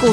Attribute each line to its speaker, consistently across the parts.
Speaker 1: 股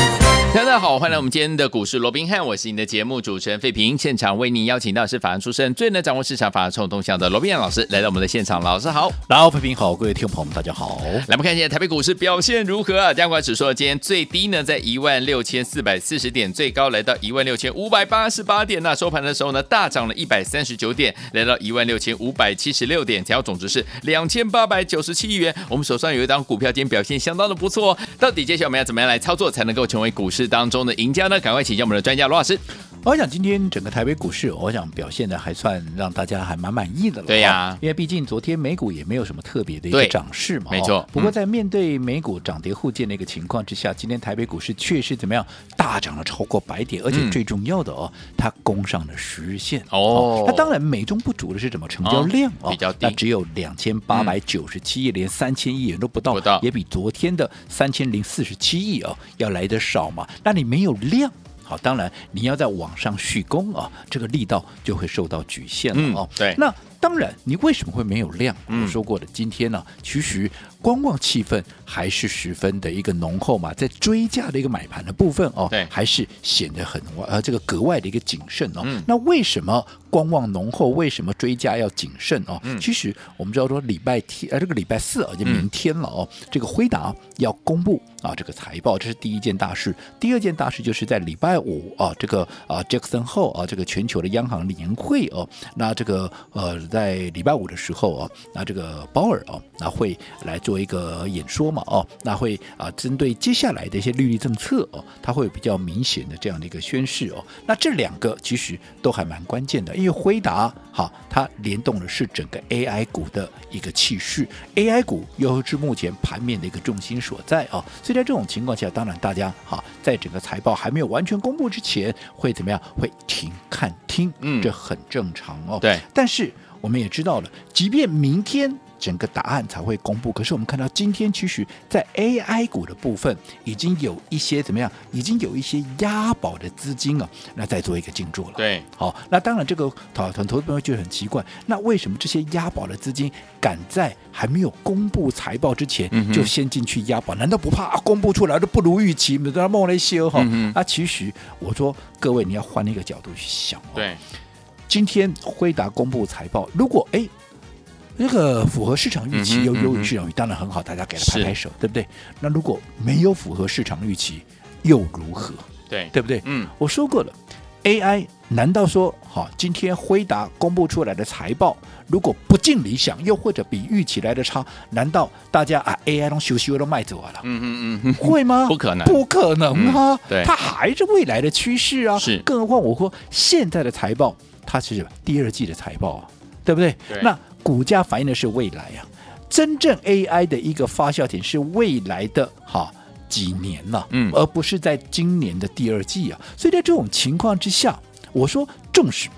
Speaker 2: 大家好，欢迎来我们今天的股市罗宾汉，我是你的节目主持人费平。现场为您邀请到是法案出身、最能掌握市场法案冲动向的罗宾汉老师来到我们的现场，老师好。
Speaker 3: 然后，费平好，各位听众朋友们，大家好。
Speaker 2: 来，我们看一下台北股市表现如何啊？加权指数今天最低呢在一万六千四百四十点，最高来到一万六千五百八十八点。那收盘的时候呢，大涨了一百三十九点，来到一万六千五百七十六点，成交总值是两千八百九十七亿元。我们手上有一档股票，今天表现相当的不错、哦。到底接下来我们要怎么样来操作才能够成为股市当中的赢家呢？赶快请教我们的专家罗老师。
Speaker 3: 我想今天整个台北股市，我想表现的还算让大家还蛮满意的了。
Speaker 2: 对呀
Speaker 3: 因为毕竟昨天美股也没有什么特别的一
Speaker 2: 对
Speaker 3: 个涨势嘛。
Speaker 2: 没错
Speaker 3: 哦不
Speaker 2: 嗯
Speaker 3: 过在面对美股涨跌互见的一个情况之下，今天台北股市确实怎么样大涨了超过百点，而且
Speaker 2: 嗯
Speaker 3: 最重要的哦，它攻上了十日线。
Speaker 2: 哦
Speaker 3: 那当然美中不足的是什么成交量
Speaker 2: 哦
Speaker 3: 哦，
Speaker 2: 比较低
Speaker 3: 那只有两千八百九十七亿，连三千亿元都不到，
Speaker 2: 不到
Speaker 3: 也比昨天的三千零四十七亿哦要来的少嘛。那你没有量。好，当然你要在网上续攻啊，这个力道就会受到局限了哦。
Speaker 2: 嗯对
Speaker 3: 那当然，你为什么会没有量？
Speaker 2: 嗯
Speaker 3: 我说过的，今天呢、其实观望气氛还是十分的一个浓厚嘛，在追价的一个买盘的部分哦，
Speaker 2: 对
Speaker 3: 还是显得很呃这个格外的一个谨慎哦。
Speaker 2: 嗯
Speaker 3: 那为什么观望浓厚？为什么追加要谨慎哦？
Speaker 2: 嗯
Speaker 3: 其实我们知道说礼拜天，呃，这个礼拜四啊，就明天了哦，
Speaker 2: 嗯
Speaker 3: 这个辉达要公布啊这个财报，这是第一件大事。第二件大事就是在礼拜五啊，这个啊 Jackson 后啊，这个全球的央行年会哦，那这个呃在礼拜五的时候哦，那这个鲍尔哦，那会来做一个演说嘛哦，那会啊针对接下来的一些利率政策哦，它会有比较明显的这样的一个宣示哦。那这两个其实都还蛮关键的，因为辉达好，它联动的是整个 AI 股的一个气势，AI 股又是目前盘面的一个重心所在哦。所以在这种情况下，当然大家哈，在整个财报还没有完全公布之前，会怎么样？会停看听，
Speaker 2: 嗯
Speaker 3: 这很正常哦。
Speaker 2: 对，
Speaker 3: 但是我们也知道了，即便明天整个答案才会公布，可是我们看到今天其实，在 AI 股的部分已经有一些怎么样，已经有一些押宝的资金啊，那在做一个进驻了。
Speaker 2: 对，
Speaker 3: 好，那当然这个投很投资朋友就很奇怪，那为什么这些押宝的资金敢在还没有公布财报之前
Speaker 2: 嗯哼
Speaker 3: 就先进去押宝？难道不怕、啊、公布出来都不如预期，你们在那冒那些哈？
Speaker 2: 嗯哼
Speaker 3: 啊，其实我说各位，你要换一个角度去想哦。
Speaker 2: 对，
Speaker 3: 今天辉达公布财报，如果哎。那个符合市场
Speaker 2: 嗯
Speaker 3: 预
Speaker 2: 哼
Speaker 3: 期，又优
Speaker 2: 嗯哼
Speaker 3: 于市场预期，当然很好，大家给他
Speaker 2: 是
Speaker 3: 拍拍手，对不对？那如果没有符合市场预期，又如何？
Speaker 2: 对，
Speaker 3: 对不对？
Speaker 2: 嗯，
Speaker 3: 我说过了，AI 难道说好今天辉达公布出来的财报如果不尽理想，又或者比预期来的差，难道大家啊 AI 都修修都卖走啊了？
Speaker 2: 嗯嗯嗯，
Speaker 3: 会吗？
Speaker 2: 不可能
Speaker 3: 不可能啊！
Speaker 2: 嗯对
Speaker 3: 它还是未来的趋势啊。
Speaker 2: 是
Speaker 3: 更何况我说现在的财报，它是什么第二季的财报啊，对不对？
Speaker 2: 对
Speaker 3: 那股价反映的是未来啊，真正 AI 的一个发酵点是未来的哈。几年了、
Speaker 2: 嗯
Speaker 3: 而不是在今年的第二季啊。所以在这种情况之下，我说纵使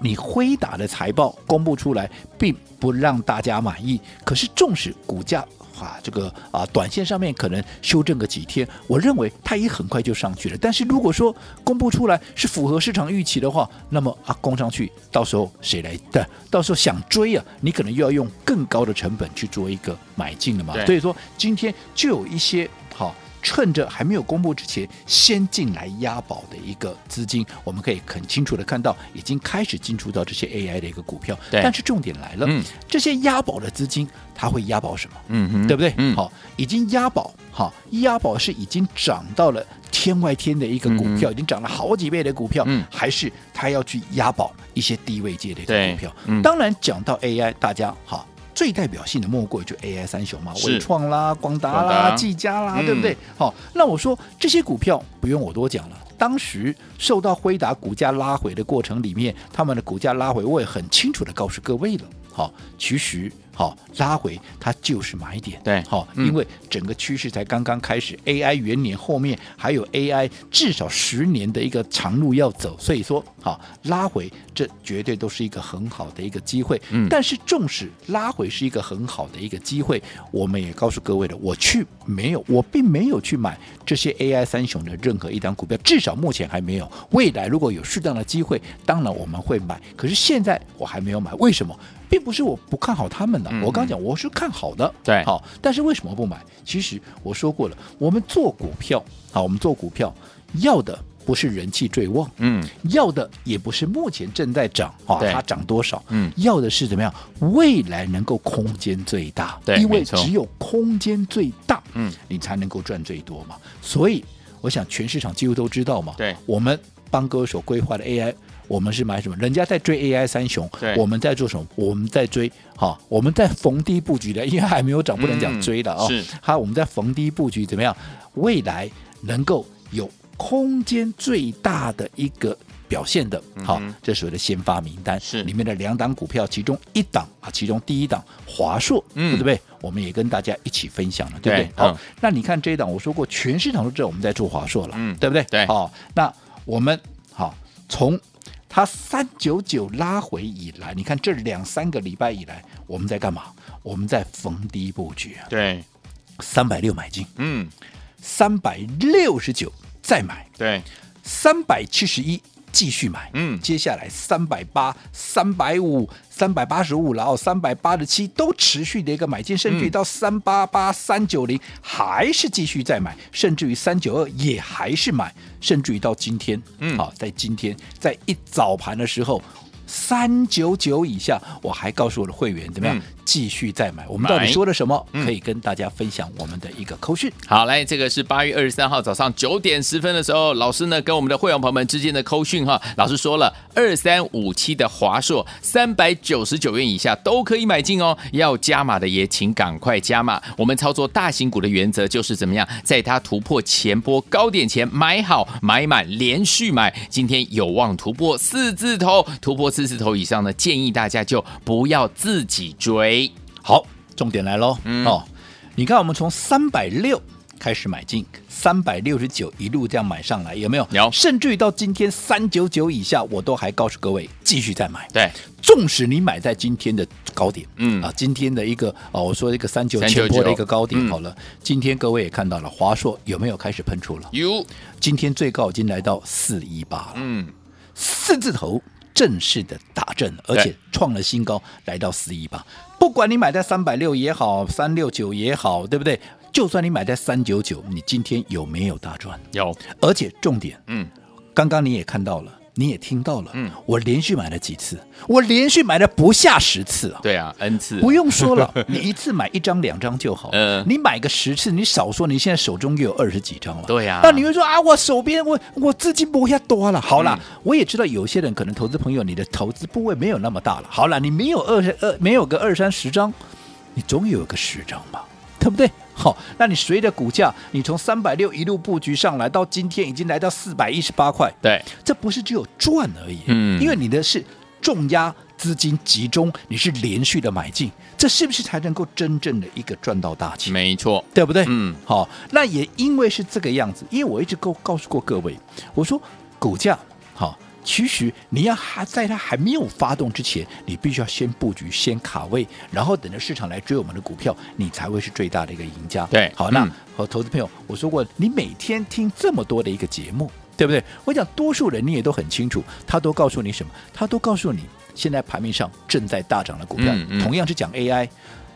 Speaker 3: 你辉达的财报公布出来，并不让大家满意。可是纵使股价啊，这个啊，短线上面可能修正个几天，我认为它也很快就上去了。但是如果说公布出来是符合市场预期的话，那么啊，攻上去，到时候谁来的？到时候想追啊，你可能又要用更高的成本去做一个买进了嘛。
Speaker 2: 对
Speaker 3: 所以说，今天就有一些好。趁着还没有公布之前，先进来押宝的一个资金，我们可以很清楚的看到，已经开始进驻到这些 AI 的一个股票。
Speaker 2: 对
Speaker 3: 但是重点来了，
Speaker 2: 嗯
Speaker 3: 这些押宝的资金，它会押宝什么？
Speaker 2: 嗯哼
Speaker 3: 对不对？
Speaker 2: 嗯，，
Speaker 3: 好，已经押宝，好，押宝是已经涨到了天外天的一个股票，已经涨了好几倍的股票，
Speaker 2: 嗯
Speaker 3: 还是他要去押宝一些低位界的一个
Speaker 2: 对
Speaker 3: 股票。
Speaker 2: 嗯
Speaker 3: 当然，讲到 AI，大家好。最代表性的莫过于就 AI 三雄嘛，
Speaker 2: 是
Speaker 3: 伟创啦、光达
Speaker 2: 光达
Speaker 3: 啦、技嘉啦，
Speaker 2: 嗯
Speaker 3: 对不对？好，那我说这些股票不用我多讲了。当时受到辉达股价拉回的过程里面，他们的股价拉回，我也很清楚的告诉各位了。好，其实好拉回，它就是买点。
Speaker 2: 对
Speaker 3: 好，
Speaker 2: 嗯
Speaker 3: 因为整个趋势才刚刚开始，AI 元年后面还有 AI 至少十年的一个长路要走，所以说好拉回，这绝对都是一个很好的一个机会。
Speaker 2: 嗯
Speaker 3: 但是纵使拉回是一个很好的一个机会，我们也告诉各位了，我去没有，我并没有去买这些 AI 三雄的任何一档股票，至少目前还没有。未来如果有适当的机会，当然我们会买，可是现在我还没有买，为什么？并不是我不看好他们的，
Speaker 2: 嗯
Speaker 3: 我刚讲我是看好的，
Speaker 2: 对
Speaker 3: 好，但是为什么不买？其实我说过了，我们做股票，好，我们做股票要的不是人气最旺，
Speaker 2: 嗯，
Speaker 3: 要的也不是目前正在涨啊，
Speaker 2: 对
Speaker 3: 它涨多少，
Speaker 2: 嗯
Speaker 3: 要的是怎么样，未来能够空间最大，
Speaker 2: 对
Speaker 3: 因为
Speaker 2: 没错
Speaker 3: 只有空间最大，
Speaker 2: 嗯，
Speaker 3: 你才能够赚最多嘛。所以我想全市场几乎都知道嘛，
Speaker 2: 对
Speaker 3: 我们帮各位所规划的 AI。我们是买什么？人家在追 AI 三雄
Speaker 2: 对，
Speaker 3: 我们在做什么？我们在追，好，我们在逢低布局的， 因为还没有涨，不能
Speaker 2: 嗯
Speaker 3: 讲追的哦。
Speaker 2: 是
Speaker 3: 好，我们在逢低布局怎么样？未来能够有空间最大的一个表现的，好、
Speaker 2: 嗯哼
Speaker 3: 这所谓的先发名单
Speaker 2: 是
Speaker 3: 里面的两档股票，其中一档啊，其中第一档华硕，
Speaker 2: 嗯
Speaker 3: 对不对？我们也跟大家一起分享了，对不对？
Speaker 2: 对
Speaker 3: 好，
Speaker 2: 嗯
Speaker 3: 那你看这一档，我说过，全市场都知道我们在做华硕了，
Speaker 2: 嗯
Speaker 3: 对不对？
Speaker 2: 对
Speaker 3: 好、那我们好、从它三九九拉回以来，你看这两三个礼拜以来，我们在干嘛？我们在逢低布局啊，
Speaker 2: 对，
Speaker 3: 三百六买进，
Speaker 2: 嗯，
Speaker 3: 三百六十九再买，
Speaker 2: 对，
Speaker 3: 三百七十一继续买，
Speaker 2: 嗯
Speaker 3: 接下来三百八、三百五、三百八十五，然后三百八十七都持续的一个买进，甚至于
Speaker 2: 嗯
Speaker 3: 到三八八、三九零还是继续再买，甚至于三九二也还是买，甚至于到今天，
Speaker 2: 嗯
Speaker 3: 好，在今天在一早盘的时候。三九九以下，我还告诉我的会员怎么样、
Speaker 2: 嗯
Speaker 3: 继续再买。我们
Speaker 2: 买
Speaker 3: 到底说了什么？
Speaker 2: 嗯
Speaker 3: 可以跟大家分享我们的一个扣讯。
Speaker 2: 好，来，这个是八月二十三号早上九点十分的时候，老师呢跟我们的会员朋友们之间的扣讯哈，老师说了，二三五七的华硕三百九十九元以下都可以买进哦，要加码的也请赶快加码。我们操作大型股的原则就是怎么样，在它突破前波高点前买好买满，连续买，今天有望突破四字头，突破四字头以上呢，建议大家就不要自己追。
Speaker 3: 好，重点来喽、
Speaker 2: 嗯
Speaker 3: 哦！你看，我们从三百六开始买进，三百六十九一路这样买上来，有没有？
Speaker 2: 有
Speaker 3: 甚至于到今天三九九以下，我都还告诉各位继续再买。
Speaker 2: 对，
Speaker 3: 纵使你买在今天的高点，
Speaker 2: 嗯
Speaker 3: 啊，今天的一个哦，我说一个三九
Speaker 2: 399
Speaker 3: 前波的一个高点，
Speaker 2: 嗯
Speaker 3: 好了，今天各位也看到了，华硕有没有开始喷出了？
Speaker 2: 有，
Speaker 3: 今天最高已经来到四一八了。
Speaker 2: 嗯，
Speaker 3: 四字头正式的打阵，而
Speaker 2: 对
Speaker 3: 且创了新高，来到四一八。不管你买在三百六也好，三六九也好，对不对？就算你买在三九九，你今天有没有大赚？
Speaker 2: 有，
Speaker 3: 而且重点，
Speaker 2: 嗯，
Speaker 3: 刚刚你也看到了，你也听到了，
Speaker 2: 嗯，
Speaker 3: 我连续买了几次，我连续买了不下十次啊。
Speaker 2: 对啊，n 次，
Speaker 3: 不用说 了，你一次买一张两张就好。
Speaker 2: 嗯
Speaker 3: 你买个十次，你少说你现在手中也有二十几张了。
Speaker 2: 对啊
Speaker 3: 那你会说啊，我手边我我资金不要多了。嗯好啦，我也知道有些人可能投资朋友你的投资部位没有那么大了。好啦，你没有二十二没有个二三十张，你总有个十张吧，对不对？好，那你随着股价，你从三百六一路布局上来，到今天已经来到四百一十八块，
Speaker 2: 对，
Speaker 3: 这不是只有赚而已，
Speaker 2: 嗯
Speaker 3: 因为你的是重压资金集中，你是连续的买进，这是不是才能够真正的一个赚到大钱？
Speaker 2: 没错，
Speaker 3: 对不对？
Speaker 2: 嗯，
Speaker 3: 哎好，那也因为是这个样子，因为我一直告告诉过各位，我说股价好，其实你要还在它还没有发动之前，你必须要先布局、先卡位，然后等着市场来追我们的股票，你才会是最大的一个赢家。
Speaker 2: 对
Speaker 3: 好，那
Speaker 2: 嗯
Speaker 3: 和投资朋友，我说过，你每天听这么多的一个节目，对不对？我讲多数人你也都很清楚，他都告诉你什么？他都告诉你，现在盘面上正在大涨的股票，
Speaker 2: 嗯嗯
Speaker 3: 同样是讲 AI。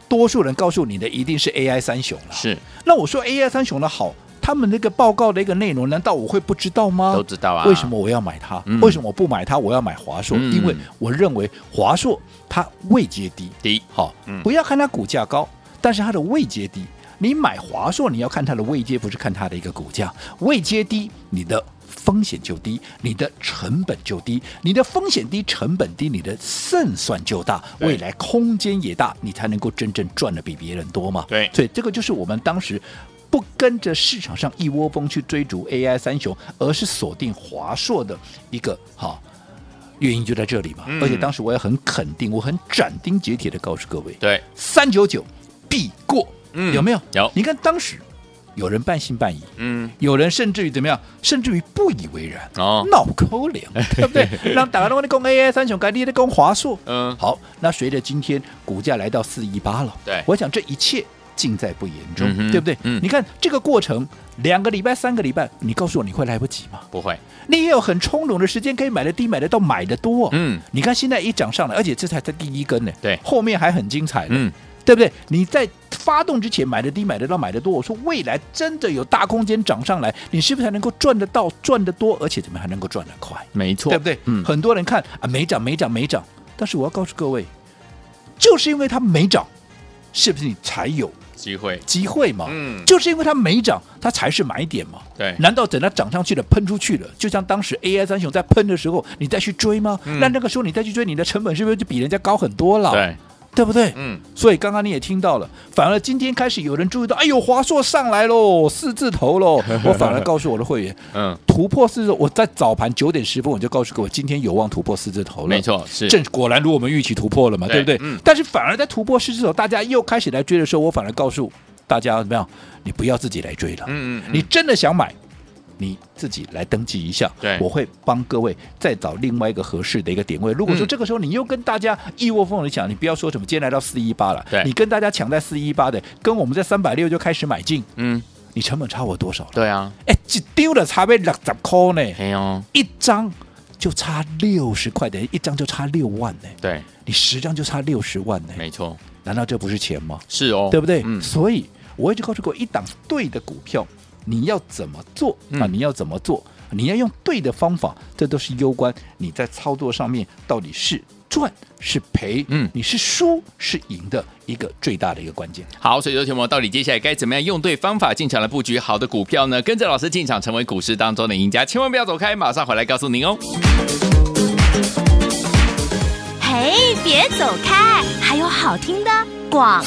Speaker 3: 多数人告诉你的一定是 AI 三雄了，
Speaker 2: 是
Speaker 3: 那我说 AI 三雄的好，他们那个报告的一个内容，难道我会不知道吗？
Speaker 2: 都知道啊。
Speaker 3: 为什么我要买它？
Speaker 2: 嗯
Speaker 3: 为什么我不买它？我要买华硕，
Speaker 2: 嗯
Speaker 3: 因为我认为华硕它位阶低。
Speaker 2: 低？
Speaker 3: 好
Speaker 2: 嗯，
Speaker 3: 不要看它股价高，但是它的位阶低。你买华硕，你要看它的位阶，不是看它的一个股价。位阶低，你的风险就低，你的成本就低，你的风险低，成本低，你的胜算就大，
Speaker 2: 对
Speaker 3: 未来空间也大，你才能够真正赚的比别人多嘛。
Speaker 2: 对
Speaker 3: 所以这个就是我们当时。不跟着市场上一窝蜂去追逐 AI 三雄，而是锁定华硕的一个哈、原因就在这里嘛。
Speaker 2: 嗯
Speaker 3: 而且当时我也很肯定，我很斩钉截铁的告诉各位，
Speaker 2: 对，
Speaker 3: 三九九必过，
Speaker 2: 嗯
Speaker 3: 有没有？
Speaker 2: 有
Speaker 3: 你看当时有人半信半疑，
Speaker 2: 嗯，
Speaker 3: 有人甚至于怎么样，甚至于不以为然，
Speaker 2: 哦
Speaker 3: 脑抠 脸，对不对？让打到的攻 AI 哎三雄，该你的攻华硕，
Speaker 2: 嗯
Speaker 3: 好，那随着今天股价来到四一八了，
Speaker 2: 对
Speaker 3: 我想这一切尽在不言中，
Speaker 2: 嗯哼
Speaker 3: 对不对？
Speaker 2: 嗯
Speaker 3: 你看这个过程，两个礼拜、三个礼拜，你告诉我你会来不及吗？
Speaker 2: 不会，
Speaker 3: 你也有很从容的时间可以买的低、买得到、买的多、
Speaker 2: 嗯，
Speaker 3: 你看现在一涨上来，而且这才在第一根呢，
Speaker 2: 对
Speaker 3: 后面还很精彩呢，
Speaker 2: 嗯，
Speaker 3: 对不对？你在发动之前买的低、买得到、买的多，我说未来真的有大空间涨上来，你是不是才能够赚得到、赚得多，而且怎么样还能够赚得快？
Speaker 2: 没错，
Speaker 3: 对不对？
Speaker 2: 嗯，
Speaker 3: 很多人看啊，没涨，没涨，没涨。但是我要告诉各位，就是因为它没涨，是不是你才有
Speaker 2: 机会，
Speaker 3: 机会嘛？
Speaker 2: 嗯
Speaker 3: 就是因为它没涨，它才是买点嘛。
Speaker 2: 对
Speaker 3: 难道等它涨上去了，喷出去了，就像当时 AI 三雄在喷的时候，你再去追吗？
Speaker 2: 嗯
Speaker 3: 那那个时候你再去追，你的成本是不是就比人家高很多了？，
Speaker 2: 对，
Speaker 3: 不对？
Speaker 2: 嗯，
Speaker 3: 所以刚刚你也听到了，反而今天开始有人注意到，哎呦，华硕上来喽，四字 头喽。我反而告诉我的会员，
Speaker 2: 嗯，
Speaker 3: 突破四字，我在早盘九点十分我就告诉各位，今天有望突破四字头了。
Speaker 2: 没，错，是，
Speaker 3: 正果然如我们预期突破了嘛，
Speaker 2: 对
Speaker 3: 对不对？
Speaker 2: 嗯
Speaker 3: 但是反而在突破四字头，大家又开始来追的时候，我反而告诉大家怎么样，你不要自己来追了，
Speaker 2: 嗯嗯，
Speaker 3: 你真的想买。你自己来登记一下，
Speaker 2: 对
Speaker 3: 我会帮各位再找另外一个合适的一个点位。如果
Speaker 2: 嗯
Speaker 3: 说这个时候你又跟大家一窝蜂的抢，你不要说什么今天来到四一八了
Speaker 2: 对，
Speaker 3: 你跟大家抢在四一八的，跟我们在三百六就开始买进，
Speaker 2: 嗯，
Speaker 3: 你成本差我多少了？
Speaker 2: 对啊，哦
Speaker 3: 哎，一丢了差被六十块呢，
Speaker 2: 没有，
Speaker 3: 一张就差六十块，等于一张就差六万呢、
Speaker 2: 对，
Speaker 3: 你十张就差六十万呢、
Speaker 2: 没错，
Speaker 3: 难道这不是钱吗？
Speaker 2: 是哦，
Speaker 3: 对不对？
Speaker 2: 嗯，
Speaker 3: 所以我一直告诉过，一档对的股票，你要怎么做、
Speaker 2: 嗯
Speaker 3: 啊？你要怎么做？你要用对的方法，这都是攸关你在操作上面到底是赚是赔，
Speaker 2: 嗯
Speaker 3: 你是输是赢的一个最大的一个关键。
Speaker 2: 好，所以说，天魔到底接下来该怎么样用对方法进场来布局好的股票呢？跟着老师进场，成为股市当中的赢家，千万不要走开，马上回来告诉您哦。
Speaker 1: 嘿，别走开，还有好听的广。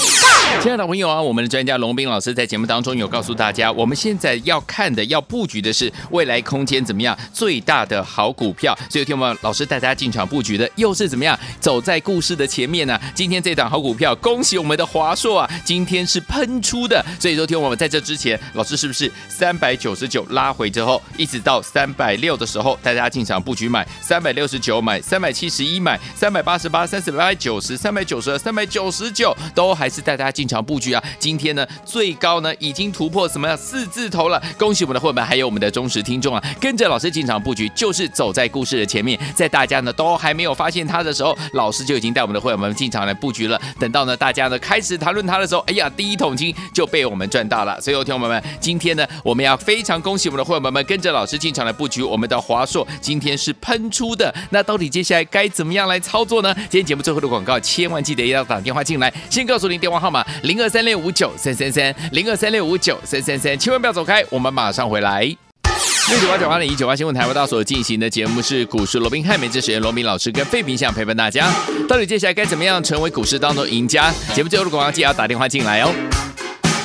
Speaker 2: 亲爱的朋友啊，我们的专家龙斌老师在节目当中有告诉大家，我们现在要看的、要布局的是未来空间怎么样最大的好股票。所以，听我们老师带大家进场布局的又是怎么样走在故事的前面呢、今天这档好股票，恭喜我们的华硕啊，今天是喷出的。所以说，听我们在这之前，老师是不是三百九十九拉回之后，一直到三百六的时候，带大家进场布局买三百六十九买三百七十一买三百八十八三十八九十三百九十二三百九十九都还是带大家进场布局啊。今天呢，最高呢已经突破什么样四字头了？恭喜我们的会员，还有我们的忠实听众啊！跟着老师进场布局，就是走在故事的前面，在大家呢都还没有发现它的时候，老师就已经带我们的会员们进场来布局了。等到呢大家呢开始谈论它的时候，哎呀，第一桶金就被我们赚到了。所以，听众朋友们，今天呢我们要非常恭喜我们的会员们跟着老师进场来布局我们的华硕，今天是喷出的。那到底接下来该怎么样来操作呢？今天节目最后的广告，千万记得要打电话进来，先告诉您电话号码零二三六五九三三三零二三六五九三三三，千万不要走开，我们马上回来。六九八九八零一九八新闻台为大家所进行的节目是股市罗宾汉，每次时间罗宾老师跟费平想陪伴大家，到底接下来该怎么样成为股市当中赢家？节目最后的广告记得要打电话进来哦。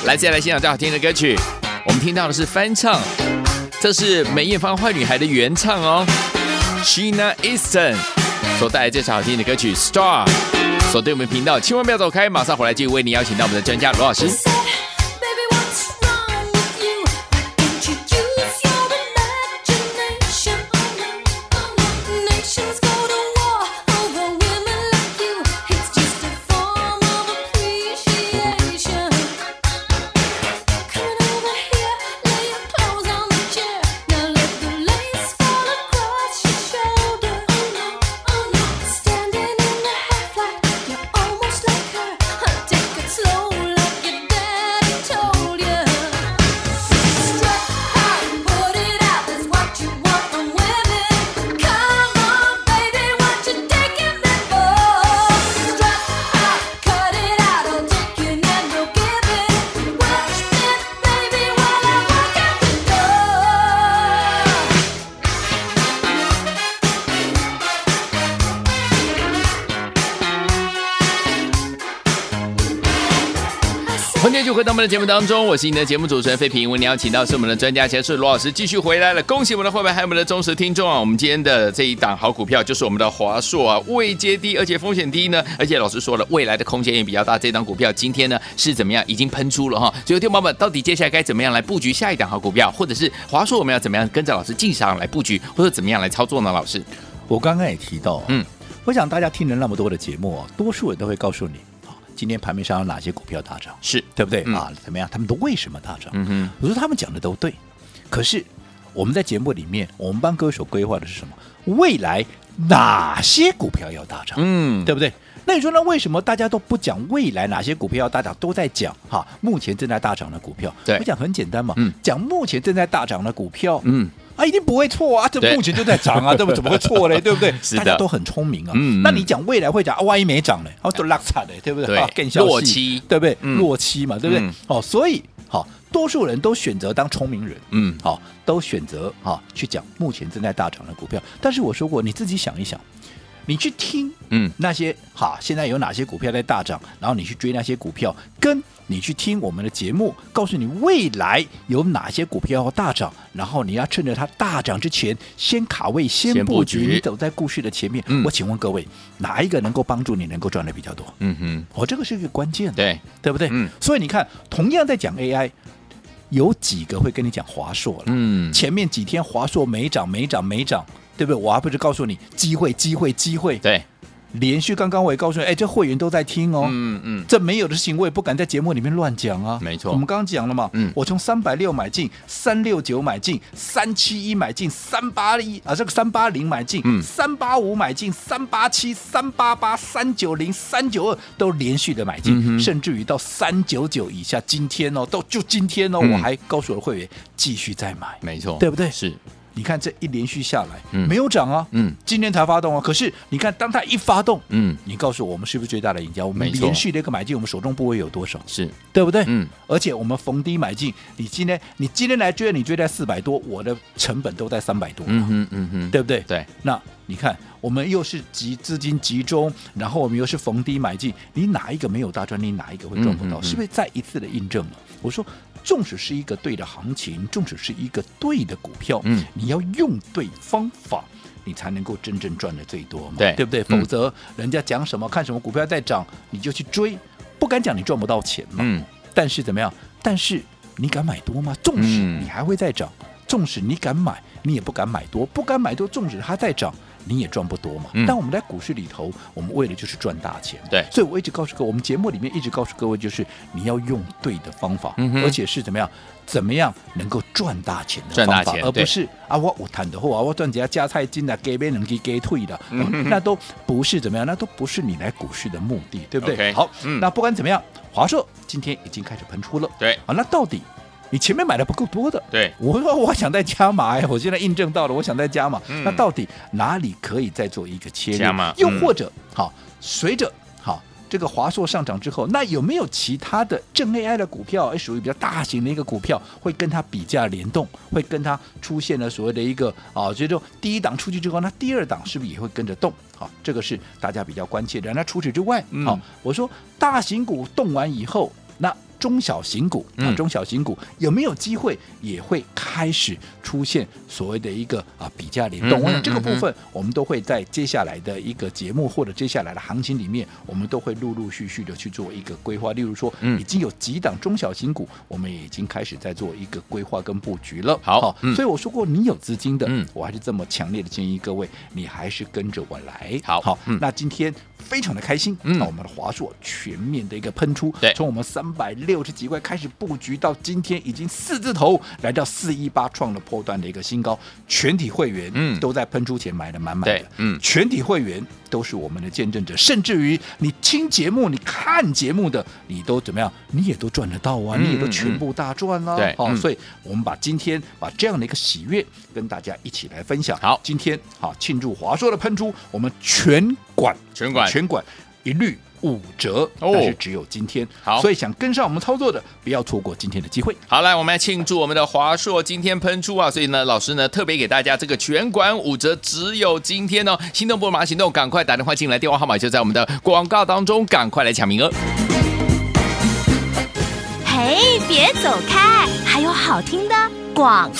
Speaker 2: 来，接下来欣赏最好听的歌曲，我们听到的是翻唱，这是梅艳芳《坏女孩》的原唱哦，Sheena Easton 所带来这首好听的歌曲《Star》，锁定我们频道，千万不要走开，马上回来继续为您邀请到我们的专家罗老师。
Speaker 4: Baby, what's wrong with you? Why can't you use your imagination? Oh, Nations go to war over women like you. It's just a form of appreciation. Come on over here, lay your clothes on the chair. Now let the lace fall across your shoulder. Oh no, oh no, standing in the half light, you're almost like her. Take it slow, like you dance.
Speaker 2: 回到我们的节目当中，我是你的节目主持人费平。我们邀请到是我们的专家钱顺罗老师继续回来了，恭喜我们的会员还有我们的忠实听众啊！我们今天的这一档好股票就是我们的华硕啊，位阶低，而且风险低呢，而且老师说了，未来的空间也比较大。这档股票今天呢是怎么样？已经喷出了哈，所以听众朋友们，到底接下来该怎么样来布局下一档好股票，或者是华硕我们要怎么样跟着老师进场来布局，或者怎么样来操作呢？老师，
Speaker 3: 我刚刚也提到，啊
Speaker 2: 嗯，
Speaker 3: 我想大家听了那么多的节目哦，多数人都会告诉你，好，今天盘面上有哪些股票大涨，
Speaker 2: 是
Speaker 3: 对不对、
Speaker 2: 嗯
Speaker 3: 啊？怎么样？他们都为什么大涨？
Speaker 2: 嗯哼，
Speaker 3: 我说他们讲的都对，可是我们在节目里面，我们帮各位所规划的是什么？未来哪些股票要大涨？
Speaker 2: 嗯，
Speaker 3: 对不对？那你说，那为什么大家都不讲未来哪些股票要大涨，都在讲哈目前正在大涨的股票？
Speaker 2: 对
Speaker 3: 我讲很简单嘛，
Speaker 2: 嗯
Speaker 3: 讲目前正在大涨的股票，
Speaker 2: 嗯，
Speaker 3: 啊，一定不会错啊，这
Speaker 2: 对
Speaker 3: 目前就在涨啊，对不？怎么会错 嘞？对不对？
Speaker 2: 是的
Speaker 3: 大家都很聪明啊。
Speaker 2: 嗯嗯
Speaker 3: 那你讲未来会涨，啊万一没涨嘞，哦，就落惨嘞，对不对？
Speaker 2: 对
Speaker 3: 啊更消息
Speaker 2: 落期
Speaker 3: 对不对？
Speaker 2: 嗯
Speaker 3: 落期嘛，对不对
Speaker 2: 嗯？
Speaker 3: 哦，所以好，多数人都选择当聪明人，
Speaker 2: 嗯，
Speaker 3: 好，都选择哈去讲目前正在大涨的股票。但是我说过，你自己想一想，你去听，
Speaker 2: 嗯
Speaker 3: 那些哈现在有哪些股票在大涨，然后你去追那些股票，跟你去听我们的节目，告诉你未来有哪些股票要大涨，然后你要趁着它大涨之前先卡位、
Speaker 2: 先
Speaker 3: 先
Speaker 2: 布
Speaker 3: 布
Speaker 2: 局
Speaker 3: 局，你走在故事的前面。
Speaker 2: 嗯
Speaker 3: 我请问各位，哪一个能够帮助你能够赚的比较多？
Speaker 2: 嗯哼，
Speaker 3: 哦，这个是一个关键啊，
Speaker 2: 对，
Speaker 3: 对不对？
Speaker 2: 嗯
Speaker 3: 所以你看，同样在讲 AI，有几个会跟你讲华硕了？
Speaker 2: 嗯，
Speaker 3: 前面几天华硕没涨、没涨、没涨，对不对？我还不是告诉你机会、机会、机会，
Speaker 2: 对，
Speaker 3: 连续刚刚我也告诉你，哎，这会员都在听哦。
Speaker 2: 嗯嗯，
Speaker 3: 这没有的事情，我也不敢在节目里面乱讲啊。
Speaker 2: 没错
Speaker 3: 我们刚刚讲了嘛，
Speaker 2: 嗯
Speaker 3: 我从三百六买进，三六九买进，三七一买进，三八一啊，这个三八零买进，
Speaker 2: 嗯
Speaker 3: 三八五买进，三八七、三八八、三九零、三九二都连续的买进，
Speaker 2: 嗯哼
Speaker 3: 甚至于到三九九以下，今天哦，到就今天哦，
Speaker 2: 嗯
Speaker 3: 我还告诉我的会员继续再买。
Speaker 2: 没错，
Speaker 3: 对不对
Speaker 2: 是，
Speaker 3: 你看这一连续下来，
Speaker 2: 嗯
Speaker 3: 没有涨啊，
Speaker 2: 嗯
Speaker 3: 今天才发动啊。可是你看，当它一发动，
Speaker 2: 嗯，
Speaker 3: 你告诉我，我们是不是最大的赢家？我们
Speaker 2: 没错
Speaker 3: 连续的一个买进，我们手中部位有多少？
Speaker 2: 是，
Speaker 3: 对不对？
Speaker 2: 嗯，
Speaker 3: 而且我们逢低买进，你今天你今天来追，你追在四百多，我的成本都在三百多，
Speaker 2: 嗯哼嗯哼，
Speaker 3: 对不对？
Speaker 2: 对，
Speaker 3: 那你看，我们又是集资金集中，然后我们又是逢低买进，你哪一个没有大赚？你哪一个会赚不到？
Speaker 2: 嗯嗯嗯
Speaker 3: 是不是再一次的印证了？我说，纵使是一个对的行情，纵使是一个对的股票，
Speaker 2: 嗯
Speaker 3: 你要用对方法。你才能够真正赚的最多嘛，
Speaker 2: 对
Speaker 3: 对不对？
Speaker 2: 嗯
Speaker 3: 否则人家讲什么，看什么股票在涨，你就去追，不敢讲你赚不到钱嘛。
Speaker 2: 嗯
Speaker 3: 但是怎么样？但是你敢买多吗？纵使
Speaker 2: 嗯
Speaker 3: 你还会再涨，纵使你敢买，你也不敢买多，不敢买多，纵使它再涨。你也赚不多嘛。
Speaker 2: 嗯
Speaker 3: 但我们在股市里头，我们为了就是赚大钱。
Speaker 2: 对
Speaker 3: 所以我一直告诉各位，我们节目里面一直告诉各位，就是你要用对的方法，
Speaker 2: 嗯哼
Speaker 3: 而且是怎么样，怎么样能够赚大钱的
Speaker 2: 赚大
Speaker 3: 方法，
Speaker 2: 钱
Speaker 3: 而
Speaker 2: 对
Speaker 3: 不是啊我我谈的货啊，我赚几下加菜金啊，给别人给给退的、
Speaker 2: 嗯哼
Speaker 3: 那都不是怎么样，那都不是你来股市的目的，对不对
Speaker 2: OK，
Speaker 3: 好，
Speaker 2: 嗯
Speaker 3: 那不管怎么样，华硕今天已经开始喷出了。
Speaker 2: 对
Speaker 3: 啊，那到底你前面买的不够多的，
Speaker 2: 对，
Speaker 3: 我说我想再加码哎，我现在印证到了，我想再加码。
Speaker 2: 嗯
Speaker 3: 那到底哪里可以再做一个切入？
Speaker 2: 加码
Speaker 3: 又
Speaker 2: 嗯
Speaker 3: 或者、好，随着好这个华硕上涨之后，那有没有其他的正 AI 的股票，哎，属于比较大型的一个股票，会跟它比价联动，会跟它出现了所谓的一个啊，所以说第一档出去之后，那第二档是不是也会跟着动？好，这个是大家比较关切的。那除此之外，
Speaker 2: 嗯
Speaker 3: 好，我说大型股动完以后，那中小型股啊，
Speaker 2: 嗯
Speaker 3: 中小型股有没有机会也会开始出现所谓的一个啊比价联动？
Speaker 2: 嗯哼
Speaker 3: 我想这
Speaker 2: 嗯
Speaker 3: 个部
Speaker 2: 哼
Speaker 3: 分我们都会在接下来的一个节目或者接下来的行情里面，我们都会陆陆续续的去做一个规划。例如说，
Speaker 2: 嗯
Speaker 3: 已经有几档中小型股，我们也已经开始在做一个规划跟布局了。
Speaker 2: 好嗯
Speaker 3: 所以我说过，你有资金的，
Speaker 2: 嗯
Speaker 3: 我还是这么强烈的建议各位，你还是跟着我来。
Speaker 2: 好
Speaker 3: 好，
Speaker 2: 嗯
Speaker 3: 那今天非常的开心，
Speaker 2: 嗯
Speaker 3: 那我们的华硕全面的一个喷出，
Speaker 2: 对
Speaker 3: 从我们三百六十几块开始布局，到今天已经四字头来到四一八，创了破段的一个新高，全体会员
Speaker 2: 嗯
Speaker 3: 都在喷出前买的满满
Speaker 2: 对
Speaker 3: 的，
Speaker 2: 嗯
Speaker 3: 全体会员都是我们的见证者，甚至于你听节目、你看节目的，你都怎么样，你也都赚得到啊，
Speaker 2: 嗯
Speaker 3: 你也都
Speaker 2: 嗯
Speaker 3: 全部大赚啊哦啦、
Speaker 2: 对
Speaker 3: 好、
Speaker 2: 嗯
Speaker 3: 所以我们把今天把这样的一个喜悦跟大家一起来分享。
Speaker 2: 好
Speaker 3: 今天好庆祝华硕的喷出，我们全馆
Speaker 2: 全馆
Speaker 3: 全馆一律五折，
Speaker 2: 哦
Speaker 3: 但是只有今天。
Speaker 2: 好
Speaker 3: 所以想跟上我们操作的，不要错过今天的机会。
Speaker 2: 好，来，我们来庆祝我们的华硕今天喷出啊！所以呢，老师呢特别给大家这个全馆五折，只有今天哦！心动不如马上行动，赶快打电话进来，电话号码就在我们的广告当中，赶快来抢名额。
Speaker 1: 嘿，别走开，还有好听的广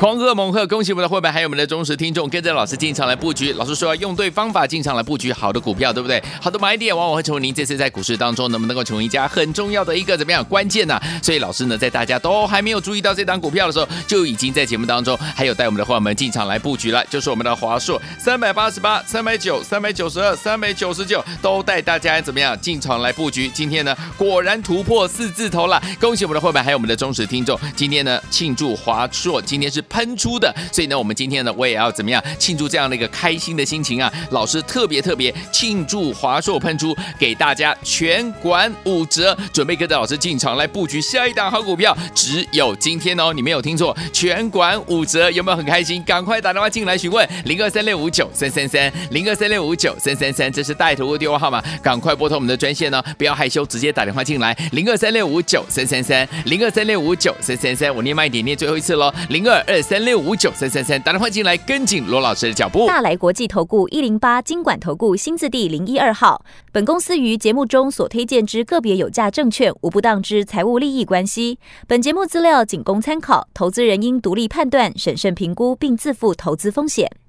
Speaker 2: 狂贺猛贺！恭喜我们的会员，还有我们的忠实听众，跟着老师进场来布局。老师说要用对方法进场来布局好的股票，对不对？好的买点往往会成为您这次在股市当中能不能够成为赢家很重要的一个怎么样关键呢、所以老师呢，在大家都还没有注意到这档股票的时候，就已经在节目当中还有带我们的会员们进场来布局了，就是我们的华硕三百八十八、三百九、三百九十二、三百九十九，都带大家怎么样进场来布局。今天呢，果然突破四字头了，恭喜我们的会员，还有我们的忠实听众。今天呢，庆祝华硕今天是喷出的，所以呢，我们今天呢，我也要怎么样庆祝这样的一个开心的心情啊？老师特别特别庆祝华硕喷出，给大家全馆五折，准备跟着老师进场来布局下一档好股票，只有今天哦，你没有听错，全馆五折，有没有很开心？赶快打电话进来询问零二三六五九三三三零二三六五九三三三，这是带头的电话号码，赶快拨通我们的专线哦，不要害羞，直接打电话进来零二三六五九三三三零二三六五九三三三，我念慢一点，念最后一次喽，零二二三六五九三三三，打电话进来跟紧罗老师的脚步。
Speaker 5: 大来国际投顾一零八金管投顾新字第零一二号。本公司于节目中所推荐之个别有价证券，无不当之财务利益关系。本节目资料仅供参考，投资人应独立判断、审慎评估，并自负投资风险。